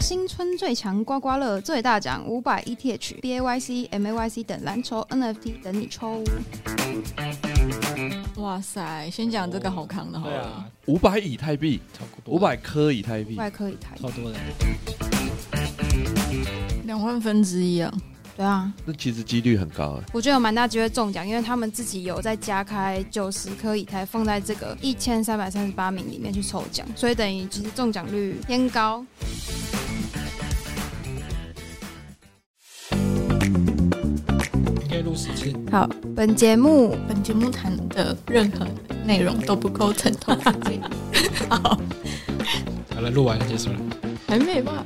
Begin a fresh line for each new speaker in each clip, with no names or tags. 新春最强刮刮乐最大奖五百 E ETH、BAYC、MAYC 等蓝筹 NFT 等你抽。
哇塞，先讲这个好康的好
对
哦
了。
啊，
五百以太币，
超多，
五百颗以太币
外科以台，
超多的，
啊
两万分之一啊！
对啊，
那其实几率很高哎、
我觉得有蛮大机会中奖，因为他们自己有在加开九十颗以太放在这个一千三百三十八名里面去抽奖，所以等于其实中奖率偏高。
应该录十次。
好，本节目
本节目谈的任何内容都不构成 投资建议。好，
好了，录完了，结束了。
还没吧？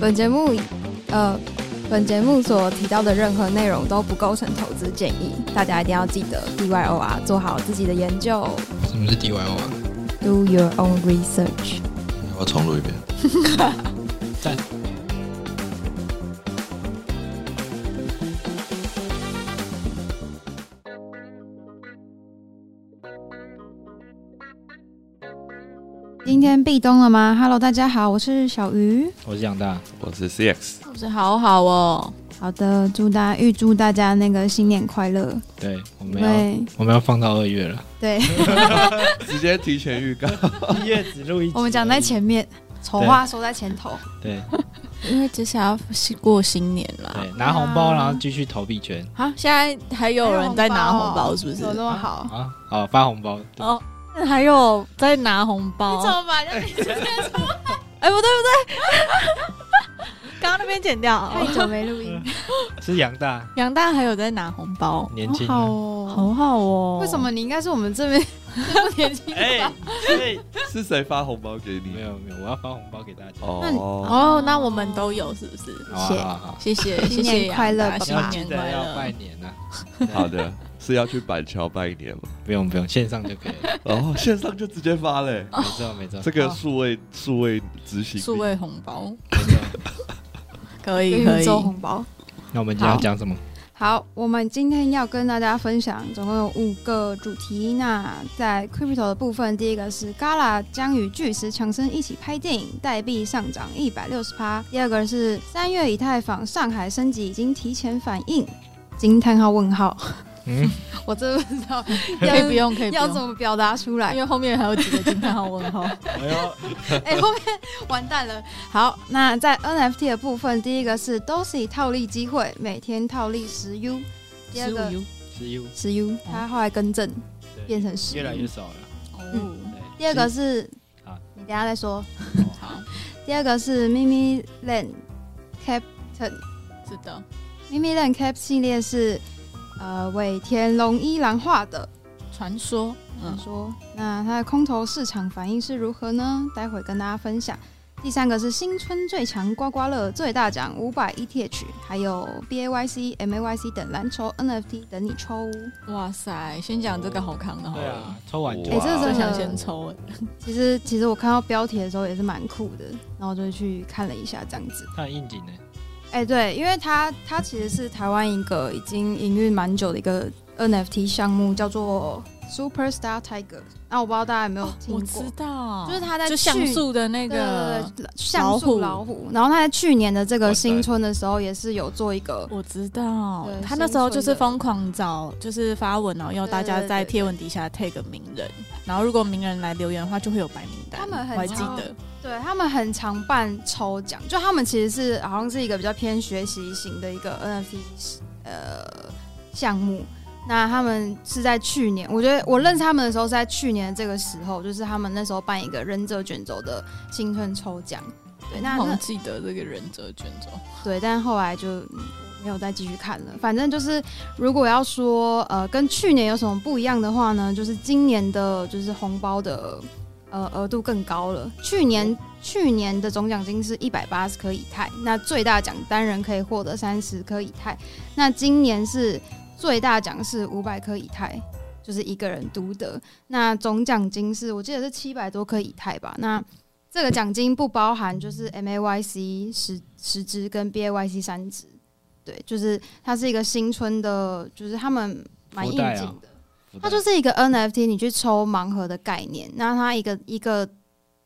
本节目呃，本节目所提到的任何内容都不构成投资建议，大家一定要记得 D Y O R 做好自己的研究
什么是 DYO 啊？
，Do your own research。
我要重录一遍。
赞。
今天壁咚了吗？Hello，大家好，我是小鱼。
我是杨大，
我是 CX，
是不是好好哦？
好的，祝大家预祝大家那个新年快乐。
对，我们要
对
我们要放到二月了，
对，
直接提前预告。
一月只录一集
我们讲在前面，丑话说在前头。
对
因为接下来要过新年啦。
对，拿红
啊
包，然后继续投币圈
啊，现在还有人在拿红包，是不是
有？那么哎好？
啊，好发红包，对
哦，还有在拿红包
你。怎么把人家
哎，不对不 对，刚刚那边剪掉。
太久没录音，
是杨大
杨大还有在拿红包，
年轻人
好好哦。
好好哦。
为什么你应该是我们这 边不年轻？
哎，哎
是谁发红包给
没
你？
有没有，我要发红包给大家。
那你
哦，
哦，那我们都有是不是？
好啊
谢
好啊好啊，
谢谢，
新
谢
年
谢杨
快乐爸
大新
爸
要记
年
得
快
要拜
乐。
年呐，
好的，是要去板桥拜年吗？
不用不用，线上就可以了，
哦，线上就直接发嘞、
没错没错
这个数位数位执行力，
数位红包
没错。
可以可
宇
以。
宙红包。
那我们今天要讲什么？
好，我们今天要跟大家分享，总共有五个主题。那在 crypto 的部分，第一个是 Gala 将与巨石强森一起拍电影，代币上涨一百六十趴；第二个是三月以太坊上海升级已经提前反应，惊叹号问 号，
嗯，
我真的不知道
可以
要
哎不用，可以不
要怎
用，
么表达出来
因。为后面还有几个惊叹号问 号。
哎呦，
哎、后面完蛋了。好，那在 NFT 的部分，第一个是 Dosi 套利机会，每天套利十 U，第二个
15 U
是 U，
十 U，他后来更正
对
变成十
越来
U
越。少了。
哦，
对
第二个是
啊，
你等一下再说。
好，
第二个是 Mimi Land Captain
是的，
Mimi Land Cap 系列是呃尾田龙一郎画的。
传说，嗯，
说，那它的空头市场反应是如何呢？待会跟大家分享。第三个是新春最强刮刮乐最大奖五百 ETH，还有 BAYC、MAYC 等蓝筹 NFT 等你抽。
哇塞，先讲这个好康
哦
的好
对
了，
啊，抽完就
哎这个真的
真想先抽哎，
其实其实我看到标题的时候也是蛮酷的，然后就去看了一下这样子。
它很应景呢。
哎、对，因为它它其实是台湾一个已经营运蛮久的一个 NFT 项目，叫做 Superstar Tiger。那、我不知道大家有没有
哦
听
我
过，
知道，
就是它在
就像
去
素的那
对对
个
对，对像素老
老
虎。然后他在去年的这
完
个
蛋
新春的时候，也是有做一个，
我知道
对，
他那时候就是
新春的
疯狂找，就是发文，然后要大家
对对对
在
对
贴文底下 tag 名人，然后如果名人来留言的话，就会有白名单。
他们很
我还记
常
得，
对他们很常办抽奖，就他们其实是好像是一个比较偏学习型的一个 NFT 呃项目。那他们是在去年，我觉得我认识他们的时候是在去年这个时候，就是他们那时候办一个忍者卷轴的新春抽奖。对，那
我好
那
记得这个忍者卷轴。
对，但后来就嗯没有再继续看了。反正就是，如果要说呃跟去年有什么不一样的话呢，就是今年的就是红包的呃额度更高了。去年去年的总奖金是一百八十颗以太，那最大奖单人可以获得三十颗以太，那今年是最大奖是五百颗以太。就是一个人独得，那总奖金是我记得是七百多颗以太吧。那这个奖金不包含就是 MAYC 十十支跟 BAYC 三支，对，就是它是一个新春的，就是他们蛮应景
福袋啊
的，
不
它
太
就是一个 NFT，你去抽盲盒的概念。那它一个一个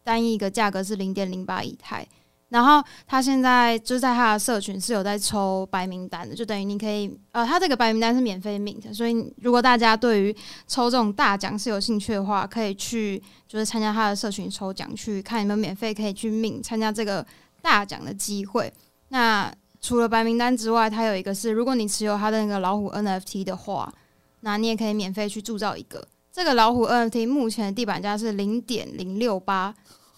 单一一个价格是零点零八以太，然后它现在就是在它的社群是有在抽白名单的，就等于你可以呃，它这个白名单是免费 mint，所以如果大家对于抽这种大奖是有兴趣的话，可以去就是参加它的社群抽奖，去看有没有免费可以去 mint 参加这个大奖的机会。那除了白名单之外，它有一个是，如果你持有它的那个老虎 NFT 的话，那你也可以免费去铸造一个。这个老虎 NFT 目前的地板价是零点零六八，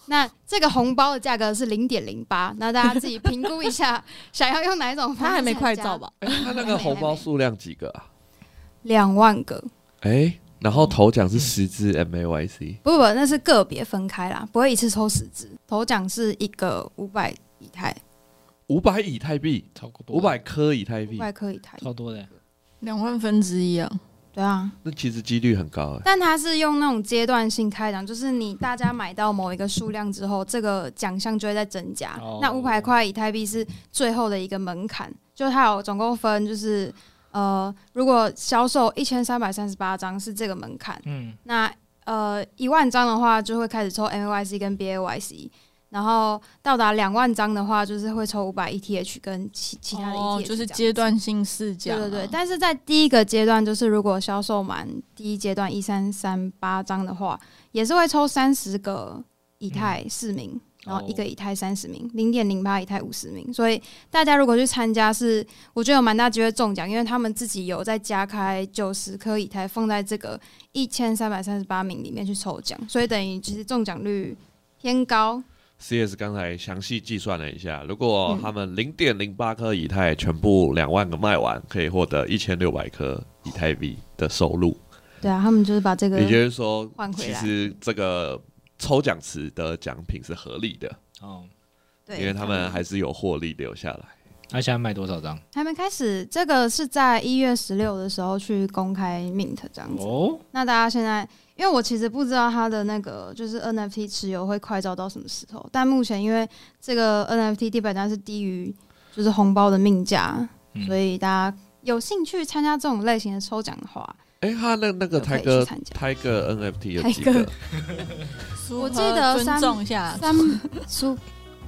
那这个红包的价格是零点零八，那大家自己评估一 下，想要用哪一种方式？
他还没快照？吧？
哎他那个红包数量几个啊？
两万个，
哎，然后头奖是十只 MAYC，
不不，那是个别分开啦，不会一次抽十只。头奖是一个五百以太，
五百以太币，
超过多
五百颗以太
五
币，
百颗以太，
超多的，
两万分之一啊，
对啊。
那其实几率很高哎。
但它是用那种阶段性开奖，就是你大家买到某一个数量之后，这个奖项就会再增加。
哦
那五百块以太币是最后的一个门槛，就它有总共分就是呃，如果销售一千三百三十八张是这个门槛，
嗯，
那呃一万张的话就会开始抽 MYC 跟 BAYC。然后到达两万张的话，就是会抽五百 ETH 跟其其他的 E ETH，、
哦，就是阶段性试
对
讲、啊，
对对，但是在第一个阶段，就是如果销售满第一阶段一三三八张的话，也是会抽三十个以太市民，然后一个以太三十名，零点零八以太五十名。所以大家如果去参加是，我觉得有蛮大机会中奖，因为他们自己有在加开九十颗以太放在这个一千三百三十八名里面去抽奖，所以等于其实中奖率偏高。
CS 刚才详细计算了一下，如果
嗯
他们零点零八颗以太全部两万个卖完，可以获得一千六百颗以太币的收入。
对啊，他们就是把这个
也就是说
换，回
其
来
实这个抽奖池的奖品是合理的，
哦，
对
因为他们还是有获利留下来。
那现在卖多少张？
还没开始，这个是在一月十六的时候去公开 mint 这样子。
哦，
那大家现在，因为我其实不知道它的那个就是 NFT 持有会快照到什么时候，但目前因为这个 NFT 地板价是低于就是红包的命价，
嗯
所以大家有兴趣参加这种类型的抽奖的话，
哎、他那那
就
个
可
泰
以去
哥
参加。
泰哥 NFT 有几个
Tiger？
苏
我
荷
记得
尊
三
重一下
三 Su-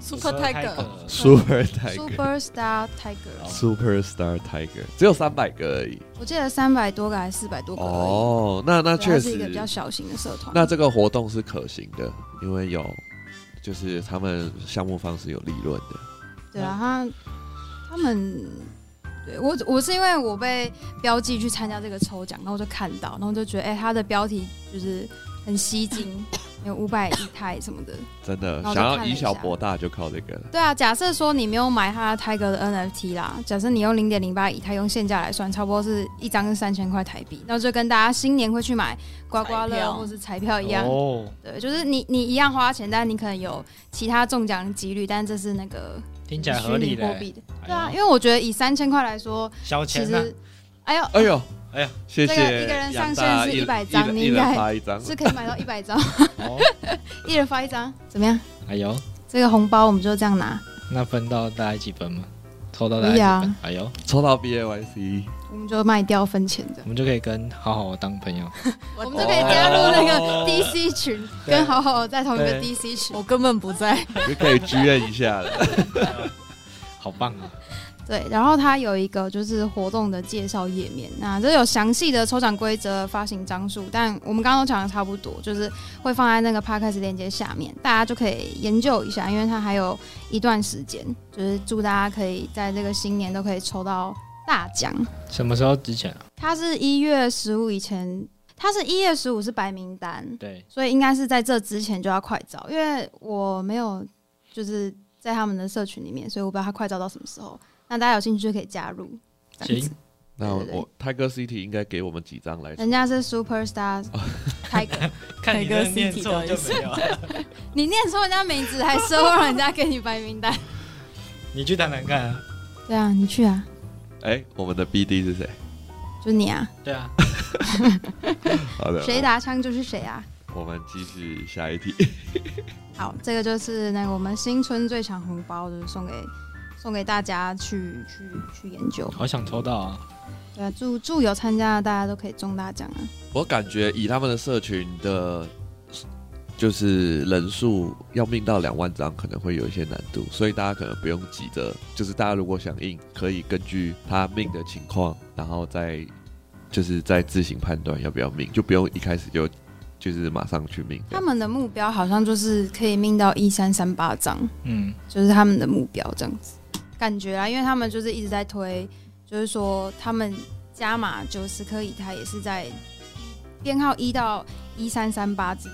Super Tiger，
嗯
？Super Tiger。
Superstar Tiger，
Superstar Tiger 只有三百个而已
我记得三百多个还是四百多个而已
哦，那那
对它
确
是一
实
个比较小型的社团。
那这个活动是可行的，因为有就是他们项目方是有利润的。
对啊，他
嗯
他们对我我是因为我被标记去参加这个抽奖，然后我就看到，然后就觉得哎、他的标题就是很吸睛，有五百以太什么的。
真的
然后
想
就
要
看了
以
一
小
下
博大，就靠这个了。
对啊，假设说你没有买他的 Tiger 的 NFT 啦，假设你用零点零八以太用现价来算，差不多是一张是三千块台币，那就跟大家新年会去买刮刮
彩
乐
票
或是彩票一样。
哦，
对，就是你你一样花钱，但你可能有其他中奖的几率，但这是那个
听起来合
虚
理
拟
嘞
货币的。
哎呦
对啊，因为我觉得以三千块来说，
小
其
钱啊，
实，哎呦，
哎呦，
哎呀，
谢
这
谢
个一个人上
杨
线
大
是
一
100
一
张
人
你
一
应
人
该
发一张，
是可以买 到一百张，
哦，
一人发一张，怎么样？
哎呦，
这个红包我们就这样拿，
那分到大家一起分吗？抽到大家一
可
起
以
分
啊，
哎呦，
抽到 B A Y C，
我们就卖掉分钱的
我，们就可以跟好好当朋友，
我们
我
就可以加入那
哦
个 DC 群，
对
跟好好在同一个
对
DC 群。
我根本不在，
就可以剧院一下了。
好棒啊！
对，然后它有一个就是活动的介绍页面，那这有详细的抽奖规则、发行张数，但我们刚刚都讲的差不多，就是会放在那个 podcast 链接下面，大家就可以研究一下，因为它还有一段时间，就是祝大家可以在这个新年都可以抽到大奖。
什么时候之前啊？
它是一月十五以前，它是一月十五是白名单，
对，
所以应该是在这之前就要快照，因为我没有就是在他们的社群里面，所以我不知道它快照到什么时候。那大家有兴趣就可以加入。这样子
行，
那
对对
我泰哥 City 应该给我们几张来抽？
人家是 superstar Tiger，
看你这念错就
没有。
你念错人家名字，还奢望人家给你白名单？
你去谈谈看啊。
对啊，你去啊，
哎，我们的 BD 是谁？
就你啊，
对啊，
好的，
谁打枪就是谁啊。
我们继续下一题。
好，这个就是那个我们新春最强红包，就是送给送给大家去去去研究。
好想抽到啊！
对啊，祝祝有参加的大家都可以中大奖啊！
我感觉以他们的社群的，就是人数要命到两万张可能会有一些难度，所以大家可能不用急着，就是大家如果想印，可以根据他命的情况，然后再就是再自行判断要不要命，就不用一开始就就是马上去命。
他们的目标好像就是可以命到一三三八张，
嗯，
就是他们的目标这样子。感觉啊，因为他们就是一直在推，就是说他们加码九十颗以太也是在编号一到一三三八之间，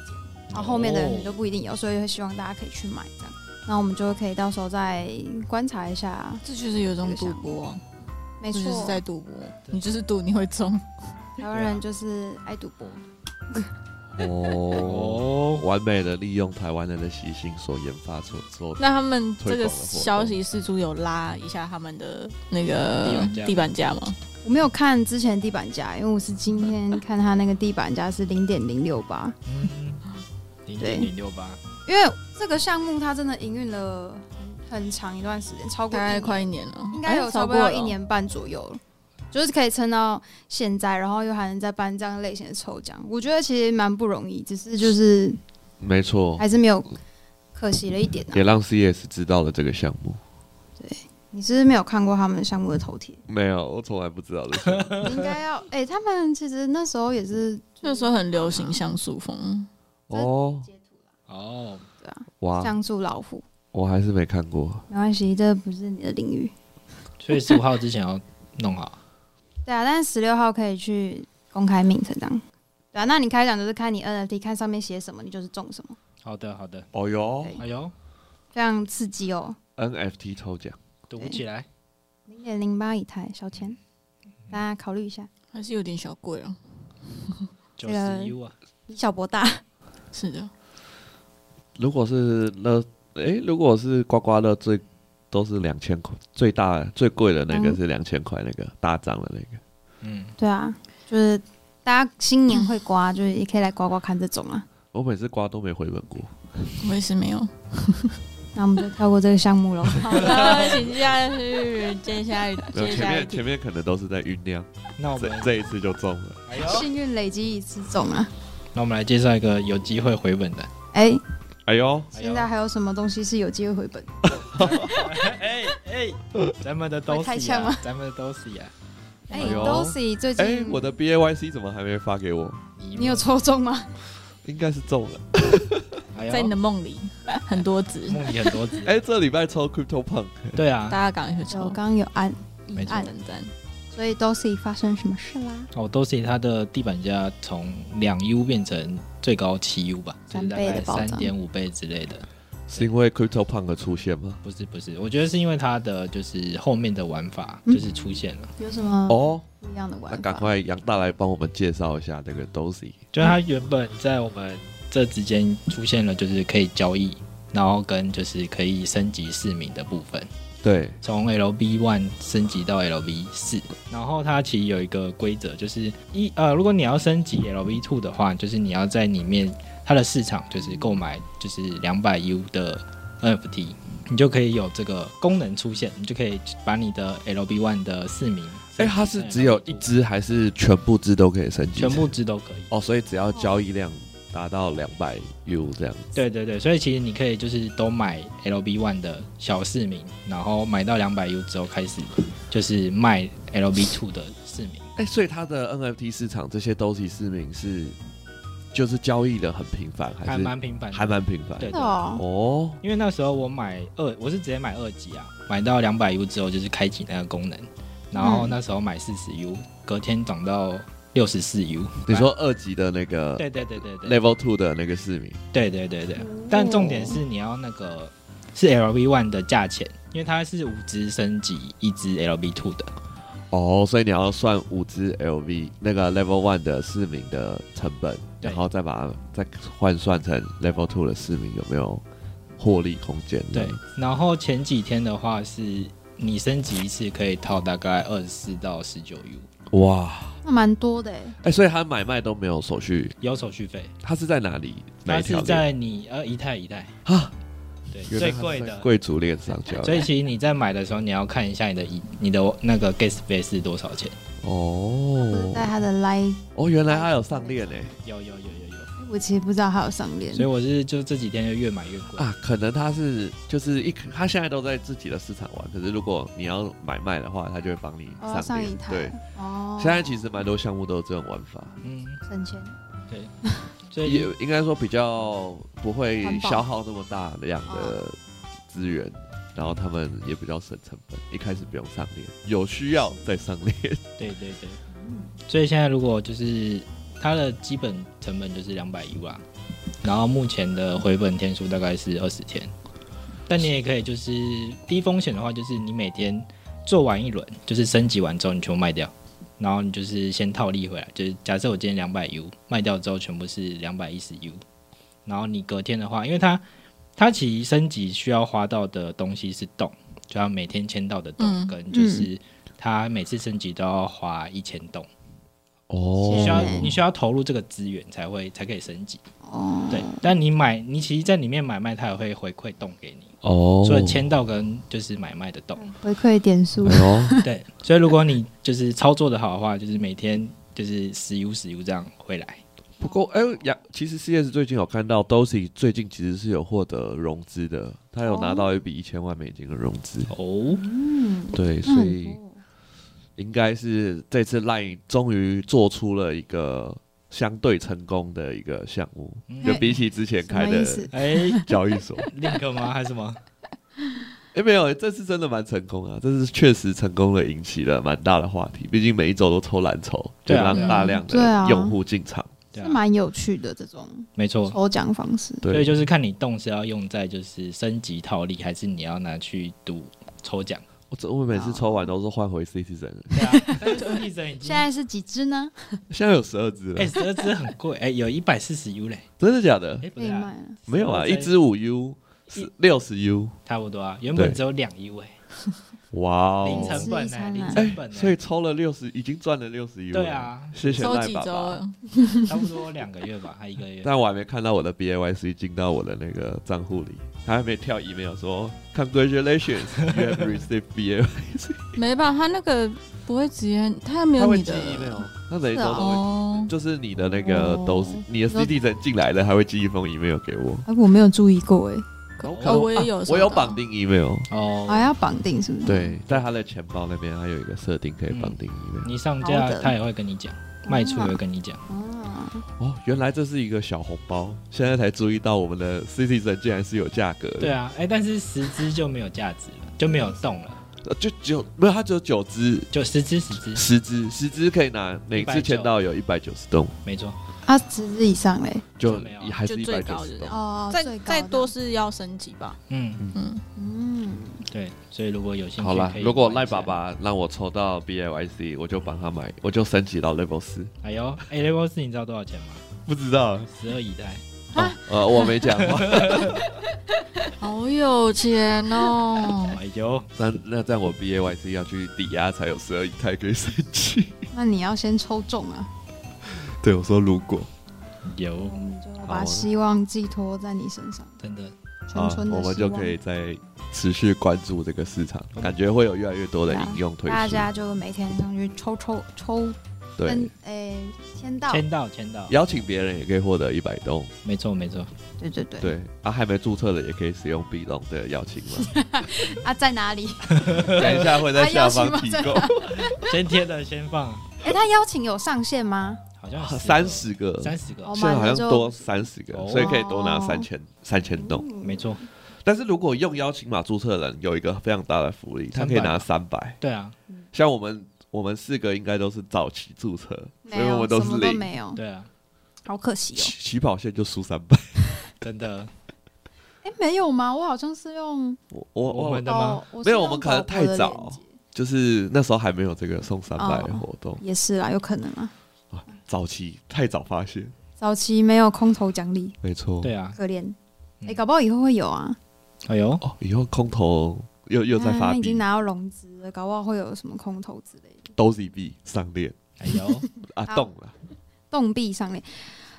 然后后面的人都不一定有，所以会希望大家可以去买这样。那我们就可以到时候再观察一下，
这就是有一种赌博啊，
没
这
错，
就是在啊赌博，你就是赌你会中。
台湾人就是爱赌博。
哦，
哦，
完美的利用台湾人的习性所研发出做
那他们这
推
个
广的活动
消息四处有拉一下他们的那个
地板价吗
地板价吗？
我没有看之前的地板价，因为我是今天看他那个地板价是零点零六八，
零
对
点零六八，
因为这个项目它真的营运了很很长一段时间，超过
大
一年
概快一年了，
应该有
哎
超
超
过
过了
一年半左右了，哦就是可以撑到现在，然后又还能再办这样类型的抽奖，我觉得其实蛮不容易，只是就是
没错，
还是没有可惜了一点啊
也。让 CS 知道了这个项目。
你是不是没有看过他们项目的头贴？
没有，我从来不知道这个。
你 应该要哎、他们其实那时候也是
那时候很流行像素风，
哦，
哦，
对啊，
哇，
像素老虎，
我还是没看过。
没关系，这不是你的领域。
所以十五号之前要弄好。
对啊，但是十六号可以去公开命成这样。对啊，那你开奖就是看你 NFT 看上面写什么，你就是中什么，
好的，好的。
哦哟
哎呦，
非常刺激哦。
，NFT 抽奖，
读起来，
零点零八以太小钱，大家考虑一下，
还是有点小贵哦。
九十 U 啊，
以小博大。
是的，
如果是乐，诶，如果是刮刮乐最都是两千块，最大最贵的那个
嗯
是两千块，那个大张的那个。
嗯，
对啊，就是大家新年会 刮，就是也可以来刮刮看这种啊。
我每次刮都没回本过。
我也是没有。
那我们就跳过这个项目喽。
好的，请接下去，接下去，
没有
接
前
下来
面前面可能都是在酝酿，
那我
这
们，
这一次就中了。
哎呦，
幸运累积一次中啊！
那我们来介绍一个有机会回本的。
哎、
哎呦，
哎
现
呦
在还有什么东西是有机会回本？
哎哎，咱们的都
会开
是
枪吗
啊，咱们的都是啊。
哎、
哎呦
d o s y 最近、
哎，我的 BAYC 怎么还没发给我？
你有抽中吗？
应该是中了。
哎呦
在你的梦里，很多 子，
梦里很多子？
哎，这礼拜抽 Crypto Punk，
对
大
啊，
家赶快去
我
抽，
刚刚有按一
没错
按
赞，赞赞。
所以 Dosy 发生什么事啦？
哦，都是它的地板价从两 U 变成最高七 U 吧，就
三
是大
倍
概
的暴
三
涨
点五倍之类的。
是因为 Crypto Punk 的出现吗？
不是不是，我觉得是因为它的就是后面的玩法
嗯
就是出现了，
有什么
哦，
不一样的
那
玩法？
赶快杨大来帮我们介绍一下那个 Dozy。
就是它原本在我们这之间出现了就是可以交易，然后跟就是可以升级市民的部分。
对，
从 LB one 升级到 LB 四，然后它其实有一个规则，就是一呃，如果你要升级 LB two 的话，就是你要在里面它的市场就是购买就是两百 U 的 NFT，你就可以有这个功能出现，你就可以把你的 LB one 的市民升级
哎，
成 LB2，
它是只有一只还是全部只都可以升级？
全部值都可以。
哦，所以只要交易量达到两百 U 这样。
对对对，所以其实你可以就是都买 LB one 的小市民，然后买到两百 U 之后开始就是卖 LB two 的市民。
哎、所以它的 NFT 市场这些 d o s 市民是就是交易的很频繁，还
还
是
蛮频繁的，
还蛮频繁？
对
真的哦，
哦，
因为那时候我买二，我是直接买二级啊，买到两百 U 之后就是开启那个功能，然后
嗯
那时候买四十 U，隔天涨到六十四 U。
你说二级的那个
对对对对对
呃 Level Two 的那个市民，
对对对对，但重点是你要那个是 LV one 的价钱，因为它是五只升级一只 LV two 的，
哦，所以你要算五只 LV 那个 Level One 的市民的成本，
对
然后再把它再换算成 Level Two 的市民有没有获利空间？
对。然后前几天的话是你升级一次可以套大概二十四到十九 U，
哇，
那蛮多的哎、
哎、所以它买卖都没有手续，
有手续费，
它是在哪里？哪
它
一条
是
链？
在你呃一泰一泰。
啊，
对，
原
最
来它
贵
在
的。
贵族恋上交
所以
易
其实你在买的时候，你要看一下你的一你的那个 gas 费是多少钱。
就是在
哦
他的 line，
哦，原来他有上链欸诶
有有有有有。
我其实不知道他有上链
所以，我是就这几天就越买越贵。
啊，可能他是就是一他现在都在自己的市场玩，可是如果你要买卖的话，他就会帮你
哦，上一
链。
台
对，
哦，
现在其实蛮多项目都有这种玩法，
嗯，
省钱，
所以
也应该说比较不会
环保哦
消耗那么大量的资源，然后他们也比较省成本，一开始不用上链，有需要再上链。
对对对。嗯所以现在如果就是它的基本成本就是两百 U 啦，然后目前的回本天数大概是二十天，但你也可以就是低风险的话，就是你每天做完一轮，就是升级完之后你全部卖掉，然后你就是先套利回来，就是假设我今天两百 U 卖掉之后全部是两百一十 U，然后你隔天的话，因为它它其实升级需要花到的东西是洞，就要每天签到的洞
嗯
跟就是它每次升级都要花一千洞。
哦
对
需要
对
你需要投入这个资源才会才可以升级。
哦，
对，但你买你其实在里面买卖，它也会回馈洞给你，
哦
所以签到跟就是买卖的洞。
回馈点数
哎，呦，
对，所以如果你就是操作的好的话，就是每天就是十 U 十 U 这样回来。
不过，哎、呀，其实 CS 最近有看到 Dosy 最近其实是有获得融资的，他有拿到一笔一千万美金的融资。
哦，
嗯，
对，所以应该是这次 Line 终于做出了一个相对成功的一个项目，
嗯
就比起之前
什
开
么意
的
思？
哎
交易所，
，Link 吗？还是什么？
哎、没有，这次真的蛮成功啊，这次确实成功的引起了蛮大的话题，毕竟每一周都抽蓝筹，就
对啊
让大量
对
的
啊
用户进场。
对
是
啊，
蛮有趣的这种
没错。
抽奖方式，
所以
对，
就是看你洞是要用在就是升级套利，还是你要拿去赌抽奖。
我这我每次抽完都是换回 CT 人，
对啊，但是一人已
现
经
在是几只呢？
现在有十二只了
哎，，十二只很贵，哎，有一百四十 U 嘞，
真的假的？
哎，不
可
是
以
啊
卖了，
没有啊，
12只
一支五 U，十六十 U，
差不多啊，原本
对
只有两 U 哎，
哇
零
哦！
成本
吃一
呢、
餐啊
零成
哎
本、，呢，欸
所以抽了六十，已经赚了六十 U。
对，啊，
谢谢
收
赖
几
爸
周
爸。
了？
差不多两个月吧，还一个月。
但我还没看到我的 BAYC 进到我的那个账户里，他还没跳 email 说 Congratulations，you have received BAY。
没吧，他那个不会直接，他没
他
有
会
你
寄
的
email，他等一周
是啊
都会，
哦，
就是你的那个
哦
都是你的
你说
CD 人进来了，还会寄一封 email 给我。
啊，我没有注意过哎，
可
我
哦，我也有
啊
收到，
我有绑定 email，
啊，
哦，
要绑定是不是？
对，嗯在他的钱包那边，他有一个设定可以绑定 email。
你上
好
架
的
他也会跟你讲，卖出也会跟你讲。
嗯
啊，
哦，原来这是一个小红包，现在才注意到我们的 Citizen 竟然是有价格的。
对啊，哎，但是十只就没有价值了，就没有动了，
呃，就只有没有，它只有九只、
就十只十只，
十只、十只可以拿，每次签到有一百九十栋，
没错。
啊，十只以上嘞，
就
没有
还是
就
一
最
百
高
九
的
十
这
栋
样。
哦，
再
最高
再
的
多，是要升级吧？
嗯，
嗯，
嗯，
对，所以如果有兴
好
趣
啦
可，以
如果
玩
赖
一下
爸，爸让我抽到 B A Y C，我就帮他买，我就升级到 Level 四。
哎呦，哎，Level 四你知道多少钱吗？
不知道，
十二以太，
哦
啊！
呃，我没讲话。
好有钱哦
哎呦，
那那这样我 B A Y C 要去抵押才有十二以太可以升级。
那你要先抽中啊，
对，我说如果
有
我，们就
好
把
啊
希望寄托在你身上，
真的，
纯
啊，
纯的
我们
希
就
望嗯
可以再持续关注这个市场，感觉会有越来越多的
对啊
应用推
大
出。
家就每天上去抽抽抽，
对
嗯，，哎，签到，
签到签到，
邀请别人也可以获得一百栋。
没错没错，
对对对，
对啊，还没注册的也可以使用 B 栋的邀请 码，
啊，在哪里？
等一下会在下方提
啊邀请
供
先贴的先放，
哎，他邀请有上限吗？
好像 有
啊三十个，
个三十个
哦，
现在
我
好像
买了就
多三十个，
哦
所以可以多拿三千三千栋。
嗯
没，错，
但是如果用邀请码注册的人有一个非常大的福利，他可以拿三百。
对啊
像我们我们四个应该都是早期注册，所
没
以我
有，
们都
什
是
么都
零，
没有，
对啊，
好可惜哦。
起起跑线就输三百。
真的，
哦
哎，没有吗？我好像是用
我我
我
我
们真的吗
哦，
没
是
有
用
我们可能
宝博的
太早
链接
就是那时候还没有这个送三百的
哦
活动，
也是啦，有可能啊。
早期太早发现，
早期没有空投奖励，
没错。
对啊，
可怜。哎、
嗯
搞不好以后会有啊。
哎呦，
哦，以后空投又又在
他
发
啊已经
币，
拿到融资了，搞不好会有什么空投之类的，
都是币上链
哎呦，
啊，
好
动了。
动币上面。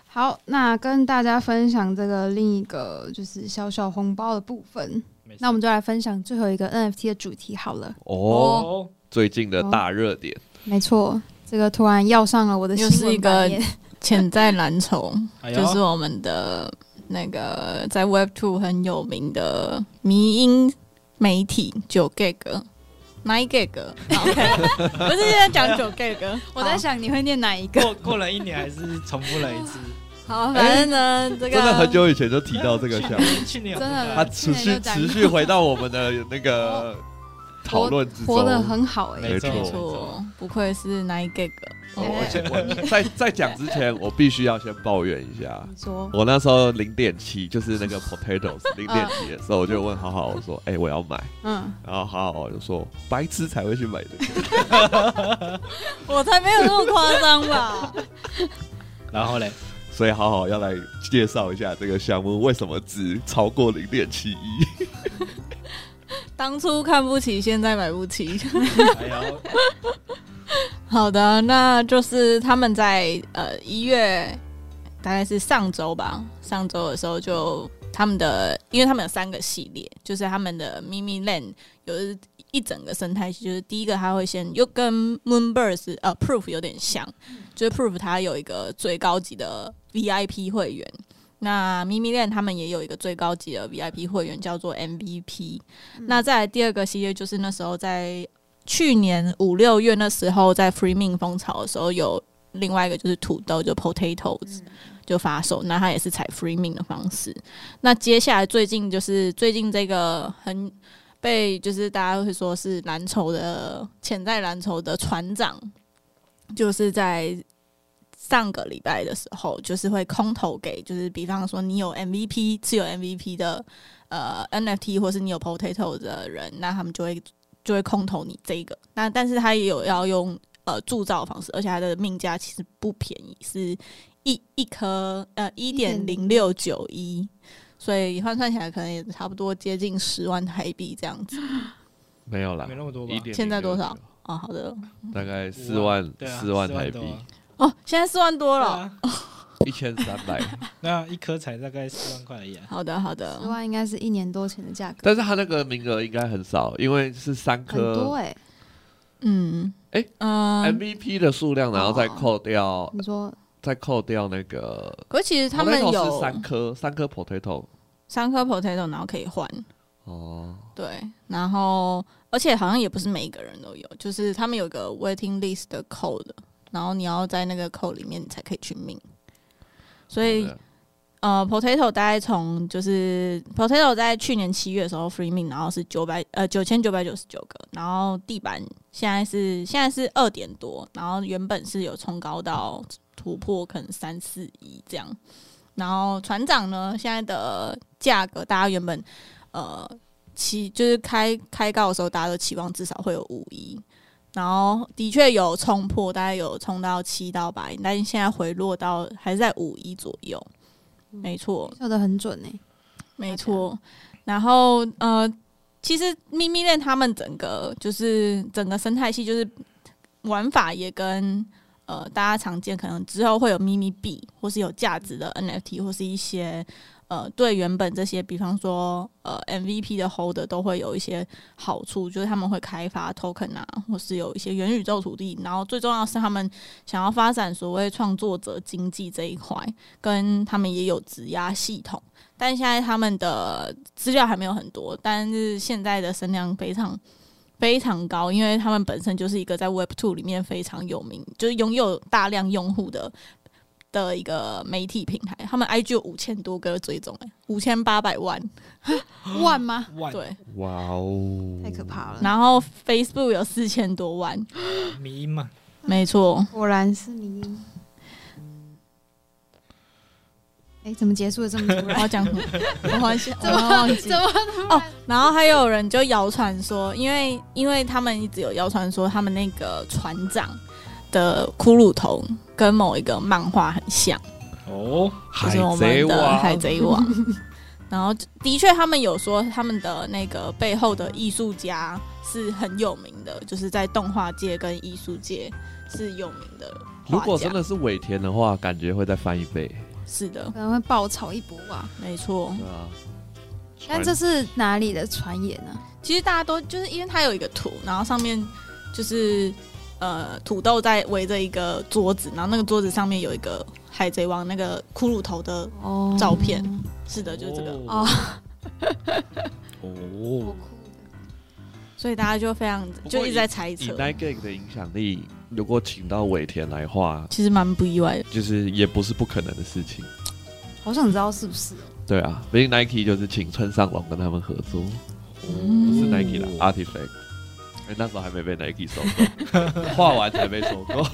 好，那跟大家分享这个另一个就是小小红包的部分。
没事
那我们就来分享最后一个 NFT 的主题好了。
哦，
哦，
最近的大热点，
没错，这个突然要上了我的新
又
闻
是一个
版 面
潜在蓝筹
哎呦
就是我们的那个在 Web Two 很有名的迷音媒体九 gag。nine gag，好 不是在讲九 gag，
我在想你会念哪一个？
过过了一年还是重复了一次，
好，好反正
哎
呢，这个
真的很久以前就提到这个
去
项目，
年去年有
真的
这个
它持续
去年就讲
持续回到我们的 那个讨论之
活
中。
得很好哎、
没错
没错，不愧是 nine gag。
哦我先
嗯
我在在讲之前，我必须要先抱怨一下。
你说
我那时候零点七，就是 那个 potatoes 零点七的时候，我就问好好，我说：“哎、我要买。
嗯，”
然后好好就说：“白痴才会去买的。
我才没有那么夸张吧？
然后嘞，”
所以好好要来介绍一下这个项目为什么值超过零点七一。
当初看不起，现在买不起。
还有
好的，那就是他们在呃一月，大概是上周吧，上周的时候就他们的，因为他们有三个系列，就是他们的 Mimi Land 有一整个生态系，就是第一个它会先又跟 Moonbirds 呃 Proof 有点像，就是 Proof 它有一个最高级的 VIP 会员。那 Mimi Land 他们也有一个最高级的 VIP 会员，叫做 MVP。那再来第二个系列就是那时候在去年五六月那时候在 Free Min 风潮的时候，有另外一个就是土豆，就 Potatoes 就发售，那它也是采 Free Min 的方式。那接下来最近就是最近这个很被就是大家会说是蓝筹的潜在蓝筹的船长，就是在。上个礼拜的时候，就是会空投给，就是比方说你有 MVP 持有 MVP 的呃 NFT，或是你有 Potato 的人，那他们就会就会空投你这一个。那但是它也有要用呃铸造的方式，而且它的命价其实不便宜，是一一颗呃一点零六九一，所以换算起来可能也差不多接近十万台币这样子。
没有啦
没那么多吧？
1.06
现在多少？哦，好的，
大概四万
对啊
四万台币，
哦，现在四万多了。
一千三 百。
那一颗才大概四万块而已啊。
好的，好
十
的，
万应该是一年多前的价格，
但是它那个名额应该很少，因为是三
很多
啊
颗
哎、
嗯，
哎
嗯、
MVP 的数量，然后再扣掉
你说
再扣掉那个
可是其哦实他们
potato 是
有
三颗三颗 potato
三颗 potato，然后可以换，
哦，
对，然后而且好像也不是每一个人都有，就是他们有个 waiting list 的 code，然后你要在那个 code 里面你才可以去命。所以
好的
呃，potato 大概从就是 potato 在去年七月的时候 free min，然后是九百呃九千九百九十九个，然后地板现在是现在是二点多，然后原本是有冲高到突破可能三四一这样，然后船长呢现在的价格大家原本呃期就是开开告的时候，大家都期望至少会有五一，然后的确有冲破，大概有冲到七到八一，但是现在回落到还是在五一左右，没错，
笑的很准哎、
没错。然后呃，其实秘密链他们整个就是整个生态系，就是玩法也跟呃大家常见，可能之后会有秘密币，或是有价值的 NFT，或是一些呃对原本这些，比方说呃 MVP 的 Holder 都会有一些好处，就是他们会开发 token 啊，或是有一些元宇宙土地，然后最重要的是他们想要发展所谓创作者经济这一块，跟他们也有质押系统。但现在他们的资料还没有很多，但是现在的声量非常非常高，因为他们本身就是一个在 Web Two 里面非常有名，就是拥有大量用户的的一个媒体平台。他们 IG 有五千多个追踪、欸，五千八百万，哦
万嗯吗？
万
对。
哇哦
太可怕了！
然后 Facebook 有四千多万，
迷因嘛，
没错，
果然是迷音。哎、怎么结束的这么突
我
然？
要讲什么？我忘记，我
怎么
忘记
怎。么
哦，然后还有人就谣传说，因为因为他们一直有谣传说，他们那个船长的骷髅头跟某一个漫画很像，
哦，
就
海
是我
贼
们的
王
海贼王。 然后的确，他们有说他们的那个背后的艺术家是很有名的，就是在动画界跟艺术界是有名的画家。
如果真的是尾田的话，感觉会再翻一倍。
是的，
可能会爆炒一波吧。
没错。
对啊。
但这是哪里的传言啊呢、
其实大家都就是因为它有一个图，然后上面就是呃土豆在围着一个桌子，然后那个桌子上面有一个海贼王那个骷髅头的，
哦，
照片是的，就是这个，
哦，
哦，
所以大家就非常
过
就一直在猜
以
测，
Nike 的影响力，如果请到尾田来画，
其实蛮不意外的。
就是也不是不可能的事情。
好想知道是不是哦？
对啊，毕竟 Nike 就是请村上龙跟他们合作，
嗯
不是 Nike 啦 a r t i f a c t 哎、那时候还没被 Nike 收购， 画完才被收 购。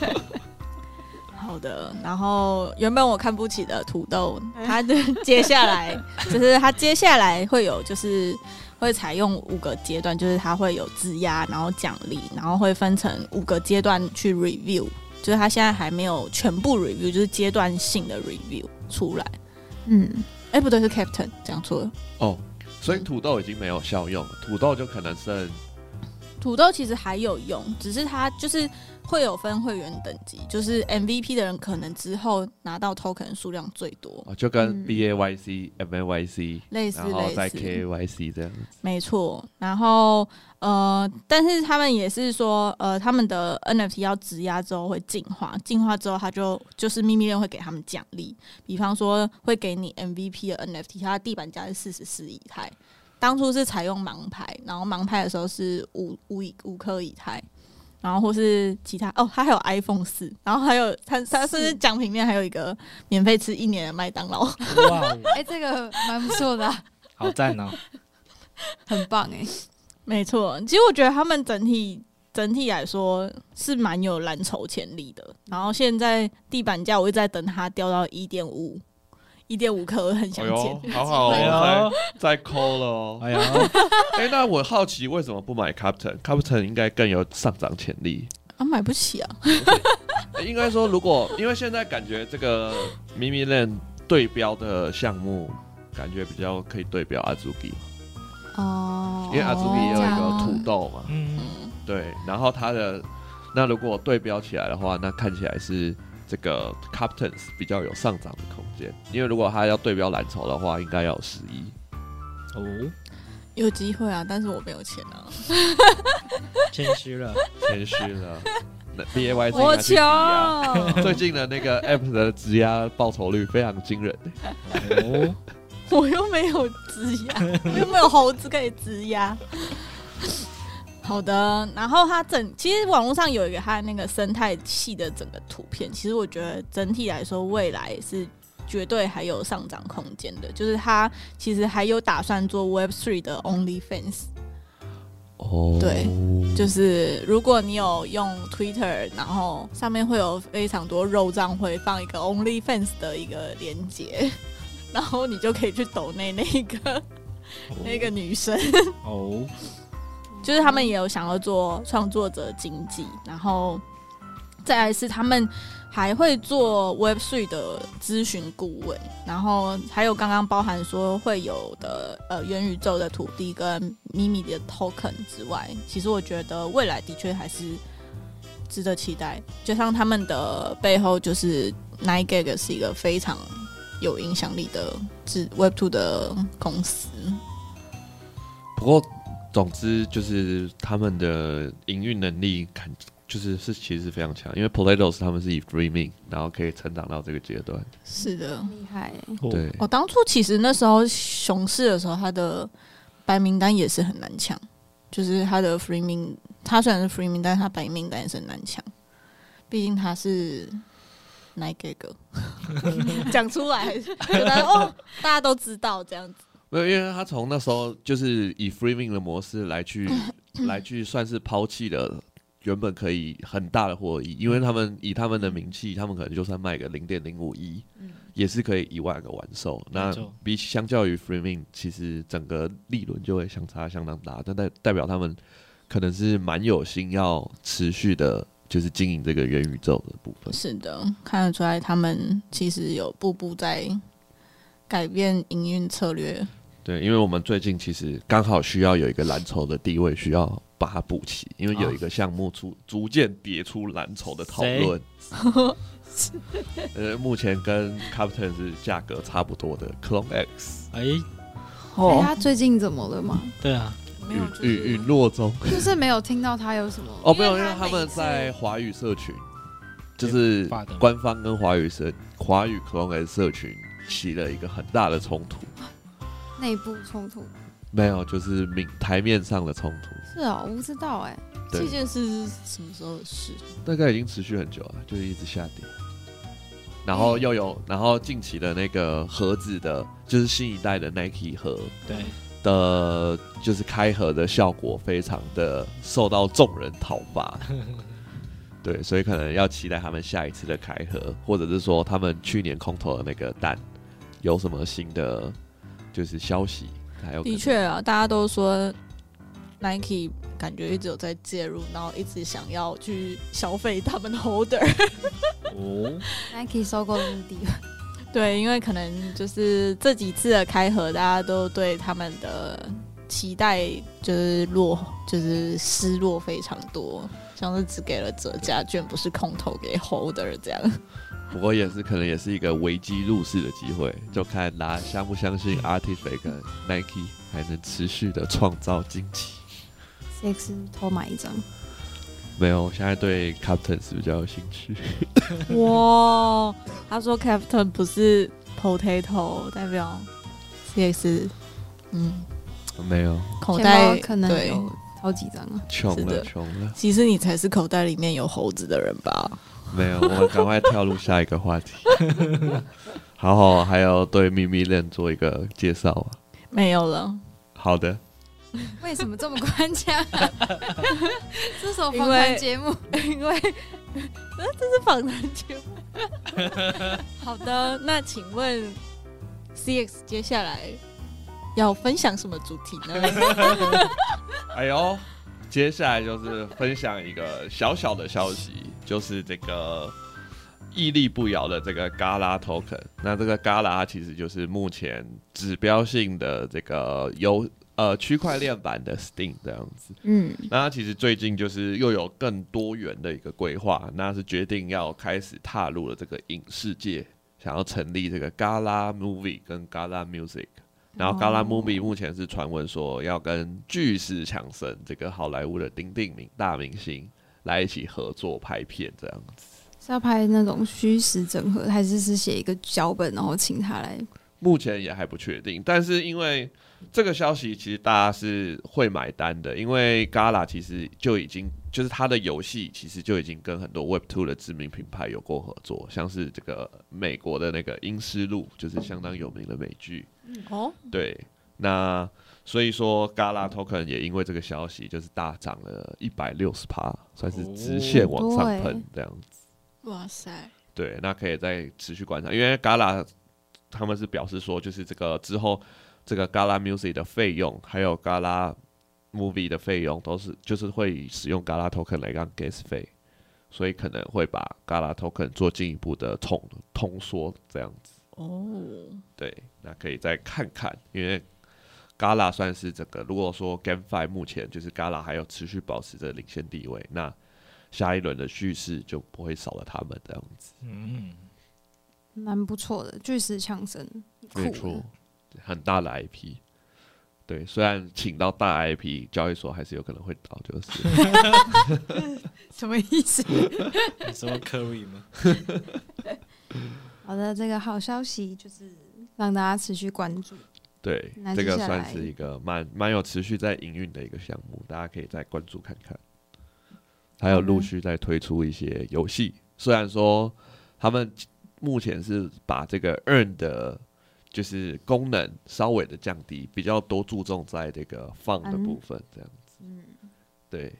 好的，然后原本我看不起的土豆，他的接下来就是他接下来会有就是会采用五个阶段，就是他会有质押，然后奖励，然后会分成五个阶段去 review，就是他现在还没有全部 review，就是阶段性的 review 出来。
嗯，
哎、不对，是 Captain 讲错了。
哦，所以土豆已经没有效用了，土豆就可能剩
土豆其实还有用，只是它就是会有分会员等级，就是 MVP 的人可能之后拿到 token 数量最多，
哦就跟
嗯
B A Y C、M A Y C，
类似
然后
类
再
似。
K A Y C 这样子。
没错，然后呃，但是他们也是说，呃，他们的 NFT 要质押之后会进化，进化之后他就就是秘密链会给他们奖励，比方说会给你 MVP 的 NFT，它的地板价是四十四以太，当初是采用盲牌，然后盲牌的时候是五五以五颗以太。然后或是其他哦，它还有 iPhone 四，然后还有它它甚至奖品面还有一个免费吃一年的麦当劳，
哇哦，
哎、这个蛮不错的啊、
好赞哦！
很棒哎、
没错，其实我觉得他们整体整体来说是蛮有蓝筹潜力的。然后现在地板价我一直在等它掉到一点五，一点五颗，我很想
哎
捡
呦。，好好
哎
啊
哦，
呦，
再再抠了哦。
哎呦，
哎，那我好奇为什么不买 Captain？Captain 应该更有上涨潜力。
啊，买不起啊！
欸应该说，如果因为现在感觉这个 Mimi Land 对标的项目，感觉比较可以对标阿朱比，
哦
因为阿朱比也有一
这
个
样啊
土豆嘛，
嗯，
对，然后它的那如果对标起来的话，那看起来是这个 Captains 比较有上涨的空间，因为如果它要对标蓝筹的话，应该要有十一。
哦，
有机会啊，但是我没有钱啊，
谦虚了，
谦虚了。 那 B A Y
我穷。
啊
啊
最近的那个 App 的质押报酬率非常惊人，
哦，
我又没有质押， 我又没有猴子可以质押。 好的，然后它整其实网络上有一个它那个生态系的整个图片，其实我觉得整体来说未来是绝对还有上涨空间的，就是它其实还有打算做 Web Three 的 OnlyFans，
哦
对，就是如果你有用 Twitter，然后上面会有非常多肉账会放一个 OnlyFans 的一个连接， 然后你就可以去抖内那一个那个女生，
哦，
就是他们也有想要做创作者经济，然后再来是他们还会做 Web Three 的咨询顾问，然后还有刚刚包含说会有的呃元宇宙的土地跟咪咪的 token 之外，其实我觉得未来的确还是值得期待，就像他们的背后就是 Nike 是一个非常有影响力的自 Web Two 的公司。
不过，总之就是他们的营运能力看就是是其实是非常强，因为 Potatoes 他们是以 Dreaming，然后可以成长到这个阶段。
是的，
厉害、欸，
哦
对，
我当初其实那时候熊市的时候，他的白名单也是很难抢，就是他的 free 名，他虽然是 free 名，但是他白名单也是很难抢，毕竟他是 Nike 哥， 讲出来 觉得哦，大家都知道这样子，
没有，因为他从那时候就是以 Dreaming 的模式来去来去算是抛弃了。原本可以很大的获益，因为他们以他们的名气，他们可能就算卖个零点零五亿，也是可以一万个完售。那
没错
比起相较于 Freeman，其实整个利润就会相差相当大，但代代表他们可能是蛮有心要持续的，就是经营这个元宇宙的部分。
是的，看得出来他们其实有步步在改变营运策略，
对，因为我们最近其实刚好需要有一个蓝筹的地位需要把它补齐，因为
啊
有一个项目出逐渐跌出蓝筹的讨论。 呃，目前跟 Captain 是价格差不多的 Clone X
哎、
哎
哦，
他最近怎么了嘛？
对啊，
没有
陨陨陨落中。
就是没有听到他有什么
嗯哦，没有，因
因为
为
他
他们
每次
在华语社群，就是
发的
官方跟华语社华语 Clone X 社群起了一个很大的冲突。
内部冲突。
没有，就是明台面上的冲突，
是哦，我不知道哎、
对
这件事是什么时候的事？
大概已经持续很久了，就是一直下跌。
嗯
然后又有，然后近期的那个盒子的，就是新一代的 Nike 盒
对，
的，就是开盒的效果非常的受到众人讨 伐。对，所以可能要期待他们下一次的开盒，或者是说他们去年空投的那个蛋有什么新的就是消息，还有可能
的确啊，大家都说 Nike 感觉一直有在介入，然后一直想要去消费他们的 holder。
哦，
Nike 收购陆地，
对，因为可能就是这几次的开合，大家都对他们的期待就是落，就是失落非常多，像是只给了折价券，不是空投给 holder 这 样。
不过也是可能也是一个危机入市的机会，就看大家相不相信 Artifact 跟 Nike 还能持续的创造惊奇。
CX 偷买一张，
没有，我现在对 Captain 是比较有兴 趣。
哇，他说 Captain 不是 potato，代表 CX，嗯，
没有，
口
钱
袋
包可能
对
有好几张啊。
穷
是
了，
的
穷了。
其实你才是口袋里面有猴子的人吧？
没有，我们赶快跳入下一个 话题。好好，还要对秘密链做一个介绍啊。
没有了，
好的，
为什么这么官腔、 啊？这是什么
因
访谈
为
节目？
因为 呃这是访谈节目。好的，那请问 CX 接下来要分享什么主题呢？
哎呦，接下来就是分享一个小小的消息，就是这个屹立不摇的这个 Gala Token。那这个 Gala 它其实就是目前指标性的这个由呃区块链版的 Steam 这样子。
嗯，
那它其实最近就是又有更多元的一个规划，那是决定要开始踏入了这个影视界，想要成立这个 Gala Movie 跟 Gala Music。然后 Gala Movie 目前是传闻说要跟巨石强森这个好莱坞的鼎鼎明大明星来一起合作拍片，这样子。
是要拍那种虚实整合，还是是写一个脚本，然后请他来？
目前也还不确定，但是因为这个消息，其实大家是会买单的，因为 Gala 其实就已经就是它的游戏，其实就已经跟很多 Web Two 的知名品牌有过合作，像是这个美国的那个《阴尸路》，就是相当有名的美剧。
哦，
对，那所以说 Gala Token 也因为这个消息，就是大涨了一百六十趴，算是直线往上
哦
喷这样子。
哇塞，
对，那可以再持续观察，因为 Gala 他们是表示说，就是这个之后这个 Gala Music 的费用，还有 Gala Movie 的费用，都是就是会使用 Gala Token 来当 gas 费，所以可能会把 Gala Token 做进一步的通通缩这样子。
哦，
对，那可以再看看，因为 Gala 算是这个，如果说 GameFi 目前就是 Gala 还有持续保持着领先地位，那下一轮的叙事就不会少了他们这样子。
嗯，
蛮不错的，巨石强森，酷的
没错，很大的 IP。对，虽然请到大 IP 交易所还是有可能会倒，就是
什么意思？
你说 Curry 吗？
好的，这个好消息就是让大家持续关注。
对
那，
这
接
个
下
算
来
是一个蛮蛮有持续在营运的一个项目，大家可以再关注看看。还有陆续在推出一些游戏，虽然说他们目前是把这个 earn 的，就是功能稍微的降低，比较多注重在这个放的
嗯
部分，这样。
嗯，
对，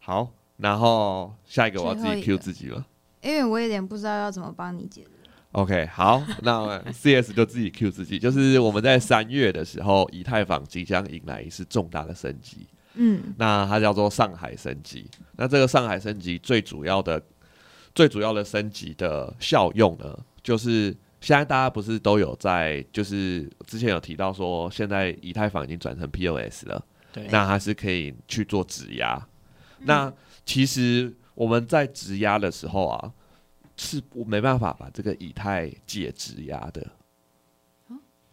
好，然后下一个我要自
最后
己
一
Q
个
自己了。
因为我有点不知道要怎么帮你解释。
OK，好， 那 CS 就自己 Q 自己，就是我们在三月的时候，以太坊即将迎来一次重大的升级，
嗯，
那它叫做上海升级。那这个上海升级最主要的、最主要的升级的效用呢，就是现在大家不是都有在，就是之前有提到说，现在以太坊已经转成 POS 了，
对，
那它是可以去做质押。那其实我们在质押的时候啊，是没办法把这个以太解质押的。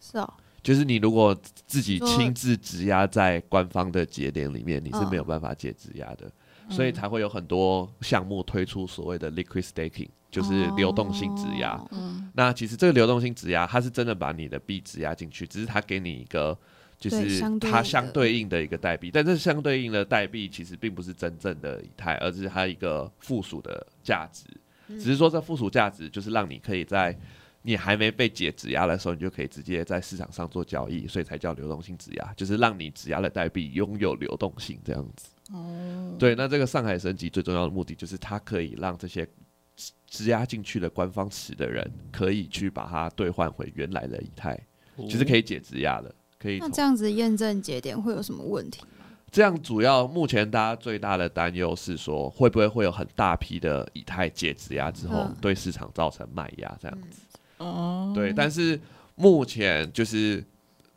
是哦，
就是你如果自己
说
亲自质押在官方的节点里面，你是没有办法解质押的，所以才会有很多项目推出所谓的 liquid staking，就是流动性质押。
哦
嗯，
那其实这个流动性质押，它是真的把你的币质押进去，只是它给你一个就
对
是
相对应
它
的
相对应的一个代币，但这相对应的代币其实并不是真正的以太，而是它一个附属的价值，
嗯
只是说这附属价值就是让你可以在你还没被解质押的时候，你就可以直接在市场上做交易，所以才叫流动性质押，就是让你质押的代币拥有流动性这样子。
哦，
对，那这个上海升级最重要的目的就是它可以让这些质质押进去的官方持的人，可以去把它兑换回原来的以太，其实可以解质押的，可以
那
从
这样子验证节点会有什么问题？
这样主要目前大家最大的担忧是说，会不会会有很大批的以太解质押之后
嗯，
对市场造成卖压这样
嗯
子？
哦，
对，但是目前就是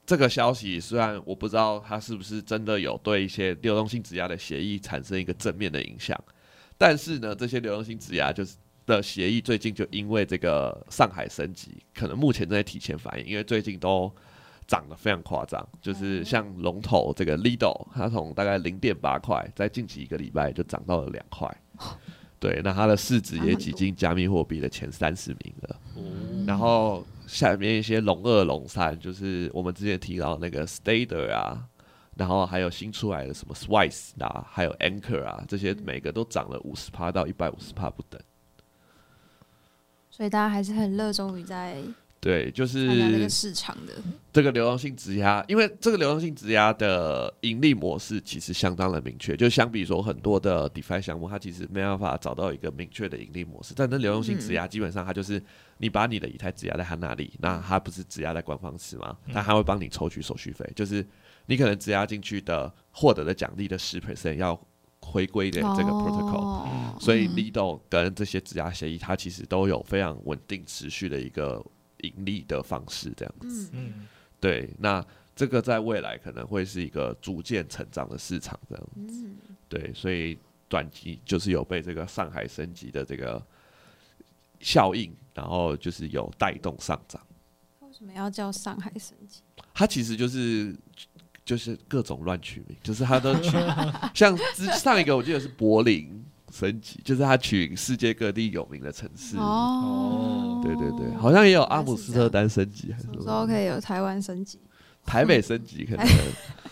这个消息，虽然我不知道它是不是真的有对一些流动性质押的协议产生一个正面的影响，但是呢，这些流动性质押就是。的协议最近就因为这个上海升级，可能目前正在提前反应，因为最近都涨得非常夸张，就是像龙头这个 Lido，它从大概零点八块，在近期一个礼拜就涨到了两块。对，那它的市值也挤进加密货币的前三十名了。然后下面一些龙二、龙三，就是我们之前提到那个 Stader 啊，然后还有新出来的什么 Swice 啊，还有 Anchor 啊，这些每个都涨了五十趴到一百五十趴不等。
所以大家还是很热衷于在
对，就是
参加这个市场的，
这个流动性质押，因为这个流动性质押的盈利模式其实相当的明确，就相比说很多的 DeFi 项目，它其实没办法找到一个明确的盈利模式。但那流动性
嗯
质押基本上它就是你把你的以太质押在它那里，那它不是质押在官方池吗？它还会帮你抽取手续费，就是你可能质押进去的获得的奖励的十 percent 要回归给这个 protocol。
哦
所以 Lido 跟这些质押协议，它其实都有非常稳定持续的一个盈利的方式，这样子。
嗯，
对，那这个在未来可能会是一个逐渐成长的市场，这样子。对，所以短期就是有被这个上海升级的这个效应，然后就是有带动上涨。
为什么要叫上海升级？
它其实就是就是各种乱取名，就是它都取像之上一个我记得是柏林升级，就是它取世界各地有名的城市。
哦
对对
嗯
对，好像也有阿姆斯特
原来是这样
丹升级，还是
什
什
么
么
时候可以有台湾升级？
台北升级可能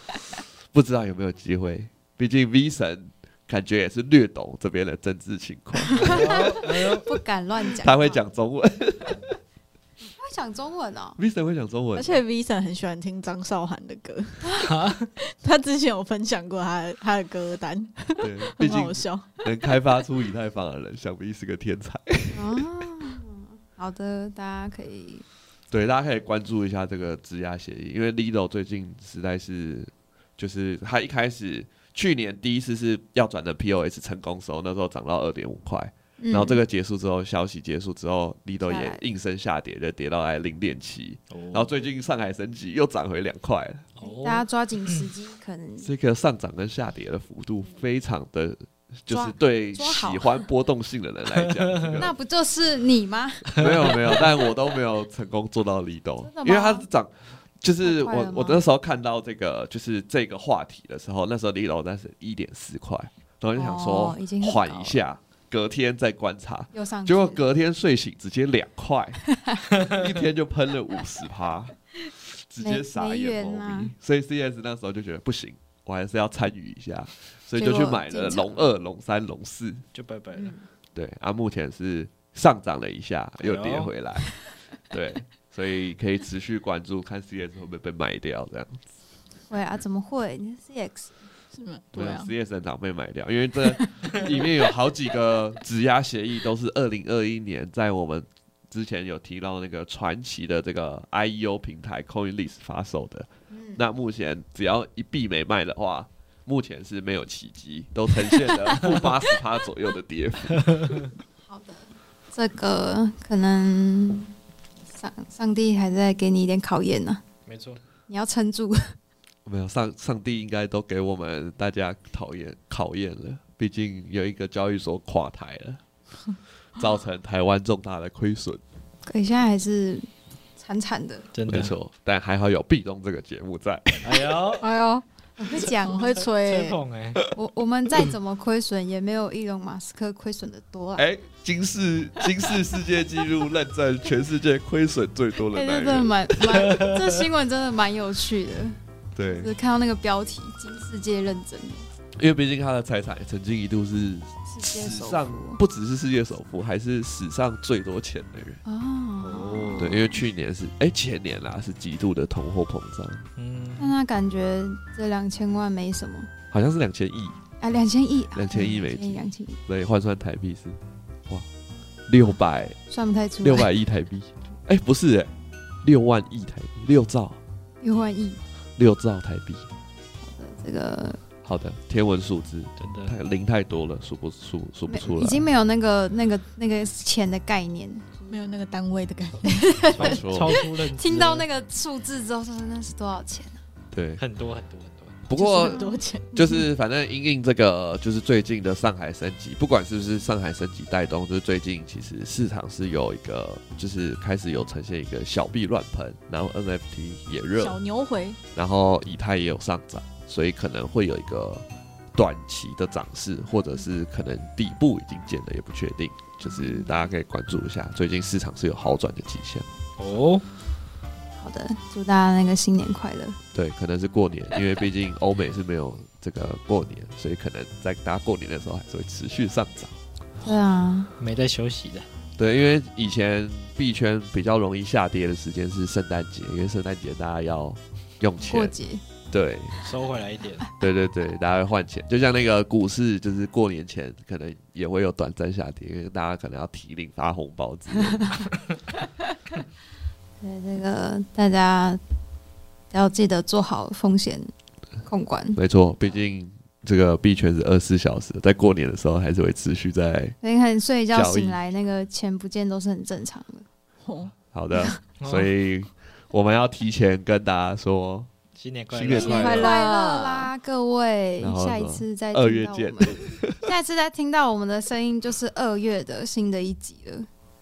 不知道有没有机会，毕竟 V 神感觉也是略懂这边的政治情 况，
哦 不敢乱讲，
他会，讲中文
他会讲中文哦。
，V 神会讲中文
而，且 Vison 很喜欢听张韶涵的歌， 他之前有分享过他的他的歌单，
对，毕
很
竟
好笑。
能开发出以太坊的人，想必是个天才。
啊，好的，大家可以
对，大家可以关注一下这个质押协议，因为 Lido 最近实在是，就是他一开始去年第一次是要转成 POS 成功的时候，那时候涨到二点五块，
嗯
然后这个结束之后，消息结束之后，Lido
下
也
来
应声下跌，就跌到来零点七，
然
然后最近上海升级又涨回两块了，
大家
哦
抓紧时机，可能
这个上涨跟下跌的幅度非常的，就
抓
是对
抓好
喜欢波动性的人来 讲，这个
那不就是你吗？
没有没有，但我都没有成功做到 Lido，
真的吗
因为它是涨，就是
太快了
我
吗
我那时候看到这个就是这个话题的时候，那时候 Lido 但是一点四块，然后就想说
哦已经很高了
缓一下，隔天再观察，
又上去
结
了，
果隔天睡醒直接两块， 一天就喷了五十趴，直接傻
没
眼
没
懵
缘
逼。
啊
所以 CS 那时候就觉得不行，我还是要参与一下，所以就
结
去
果
买
进
了
场
龙二、龙三、龙四。
就拜拜了
嗯。
对，啊，目前是上涨了一下，
哎呦
又跌回来。对，所以可以持续关注，看 CS 会不会被卖掉这样。
会啊？怎么会？你是 CX
是吗？对啊，
，CS 很常被买掉，因 为这里面有好几个质押协议都是二零二一年在我们之前有提到那个传奇的这个 IEO 平台 CoinList 发售的。
嗯
那目前只要一币没卖的话，目前是没有奇迹，都呈现 了负八十趴左右的跌幅。
这个可能上上帝还在给你一点考验呢、
没错，
你要撑住，
没有上上帝应该都给我们大家讨厌考验了，毕竟有一个交易所垮台了， 造成台湾重大的亏损。
可以现在还是惨惨的。
真的
没。错，但还好有壁咚这个节目在。
哎呦，
哎呦，
我会讲
很，会吹
吹，捧哎，
我我们再怎么亏损，也没有伊隆马斯克亏损的多啊。
哎、金氏金氏世界纪录认证全世界亏损最多的
哎，这
男
真的
人。
蛮蛮，这新闻真的蛮有趣的，
对
就，是看到那个标题“金世界认真
因为毕竟他的财产曾经一度是
世界
史
首富”
上不只是世界首富，还是史上最多钱的人。
哦，
对，因为去年是哎、前年啦是极度的通货膨胀，
嗯，
但他感觉这两千万没什么，
好像是两千亿，
啊，两千亿，
2000亿美金
两千亿
所以换算台币是哇六百
算不太出来，
六百亿台币，哎、不是哎、六万亿台币，六兆
六万亿，
六兆台币。
这个
好的，天文数字，
真
太
的，
零太多了，数不数数不
没
出来，
已经没有那个那个那个钱的概念。
没有那个单位的感觉，
没
超
错。
出认知了，
听到那
个
个数字之后，说那是多少钱？啊
对，
很多很多很多，
不过
就是很多钱，
就是反正因应这个，就是最近的上海升级，不管是不是上海升级带动，就是最近其实市场是有一个，就是开始有呈现一个小币乱喷，然后 NFT 也热，
小牛回，
然后以太也有上涨，所以可能会有一个短期的涨势，或者是可能底部已经见了，也不确定，就是大家可以关注一下，最近市场是有好转的迹象。
哦，
好的，祝大家那个新年快乐。
对，可能是过年，因为毕竟欧美是没有这个过年，所以可能在大家过年的时候还是会持续上涨。
对啊，
没在休息的，
对，因为以前币圈比较容易下跌的时间是圣诞节，因为圣诞节大家要用
过
钱，
节
对，
收回来一点，
对对对，大家会换钱，就像那个股市，就是过年前可能也会有短暂下跌，因为大家可能要提领发红包之类 的
对这个大家要记得做好风险控管。
没错，毕竟这个币圈是二十四小时的，在过年的时候还是会持续在
所以看你睡一觉
交易
醒来，那个钱不见都是很正常的。
哦
好的，所以我们要提前跟大家说，
新年快
新年
乐，
快乐
快乐啦，各位
然！后
下一次再
二月
听
见
到我们 下一次再听到我们的声音就是二月的新的一集了。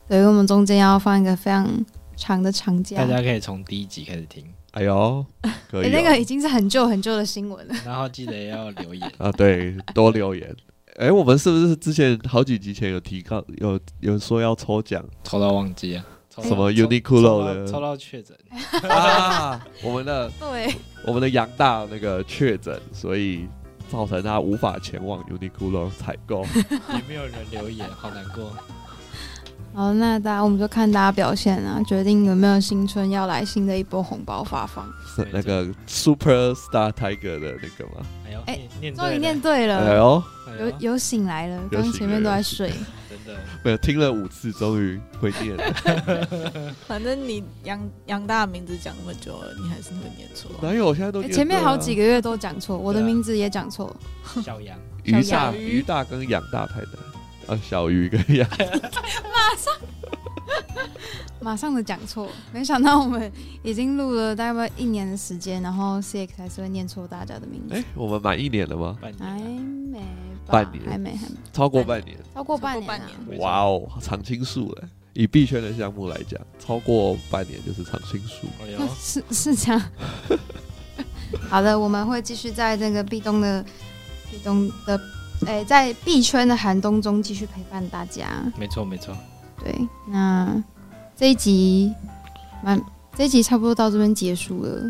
对，因为我们中间要放一个非常长的长假
大，家可以从第一集开始听，
哎呦，可以
诶
哦、
哎那个已经是很旧很旧的新 闻了。
然后记得要留言，
啊，对，多留言。 哎，我们是不是之前好几集前有提到，有有说要抽奖
抽到忘记啊，抽到
哎什么
抽抽
Uniqlo
到
的
抽到确诊，
啊？ 我们的
对，
我们的杨大那个确诊，所以造成他无法前往 Uniqlo 采 购。
也没有人留言，好难过，
好，那大家我们就看大家表现啊，决定有没有新春要来新的一波红包发放。
是那个 Super Star Tiger 的那个吗？
哎呦，
哎
念念
终于
对
念
了
对
哎
了，
呦，
哎
有
呦
有醒来了，
有
刚
醒
前面都在睡。
真的
没有听了五次，终于会念了。
反正你杨杨大的名字讲那么久了，你还是会念错。
哪有？我现在都念
哎前面
对啊了
好几个月都讲错，我的
对啊
名字也讲错。
小羊，
鱼
小
大
羊
鱼大跟养大太难啊，小鱼跟养
马上的讲错，没想到我们已经录了大概一年的时间，然后 CX 还是会念错大家的名字。
哎，我们满一年了吗？
半
还
年啊，
没吧？
半年
还没，还没
超过半年。
超过半
超过半
啊
年
没错
哇哦，常青树了！以币圈的项目来讲，超过半年就是常青树。
哎
那
呦，
是是这样。好的，我们会继续在这个壁咚的壁咚的，哎、在币圈的寒冬中继续陪伴大家。
没错没错，
对，那这一集蛮这一集差不多到这边结束了。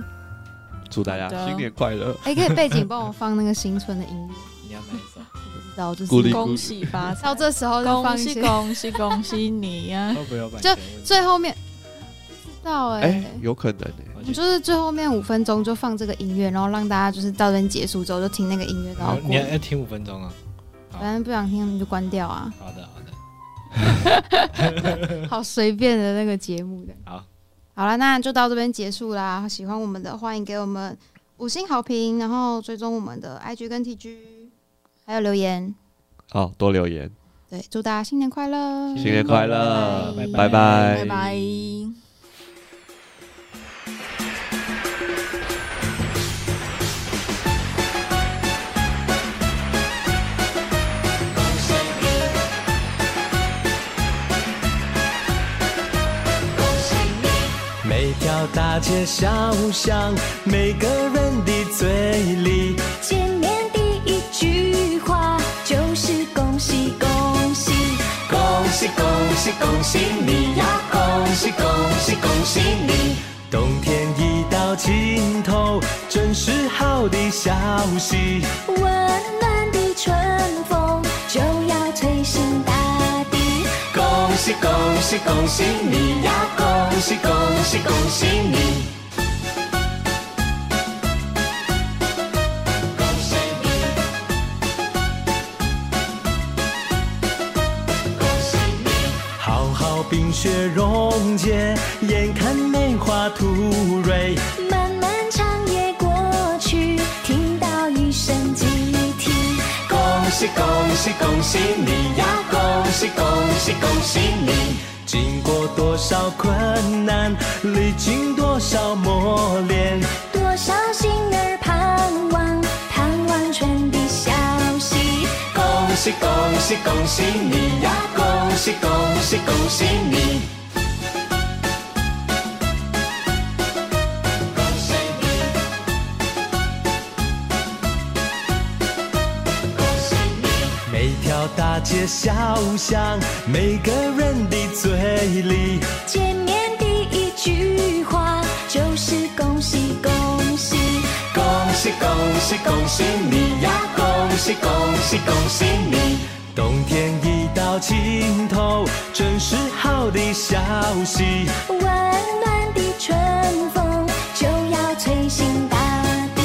祝大家
好的
新年快乐！
哎、可以背景帮我放那个新春的音乐，
你要哪一 首？哦
我不知道就是
咕哩咕
恭喜发财
到，这时候就
恭
放一
喜
些
恭喜恭喜你啊 呀！
会不会有版
就
权问题？
最后面，不知道哎、
哎，有可能哎，
我
我们
去
就是最后面五分钟就放这个音乐，然后让大家就是到这边结束之后就听那个音乐，然后
你
过
要，要听五分钟啊？
反正不想听你就关掉啊，
好的好的，
好随便的那个节目的。
好，
好了，那就到这边结束啦。喜欢我们的，欢迎给我们五星好评，然后追踪我们的 IG 跟 TG，还有留言。
好多留言。
对，祝大家新年快乐！
新年快乐
嗯拜
拜
拜
拜。
街小巷，每个人的嘴里。
见面第一句话就是恭喜恭喜，
恭喜恭喜恭喜你呀！恭喜恭喜恭喜你！冬天已到尽头，真是好的消息。
温暖的春风就要吹醒大地。
恭喜恭喜恭喜你呀！恭喜恭喜恭喜你！好好冰雪溶解，眼看梅花吐蕊。
漫漫长夜过去，听到一声集体。
恭喜恭喜恭喜你呀！恭喜恭喜恭喜你！经过多少困难，历经多少磨练，
多少心儿盼望，盼望春的消息。
恭喜恭喜恭喜你呀！恭喜恭喜恭喜你！每条大街小巷，每个人的嘴里。
见面第一句话就是恭喜恭喜，
恭喜恭喜恭喜你呀！恭喜恭喜恭喜你！冬天已到尽头，真是好的消息。
温暖的春风就要吹醒大地。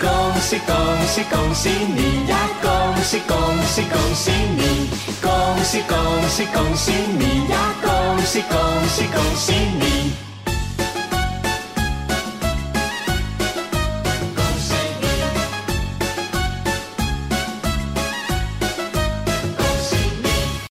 恭喜恭喜恭喜你呀！恭喜恭喜恭喜你！恭喜恭喜恭喜你呀！恭喜恭喜恭喜你！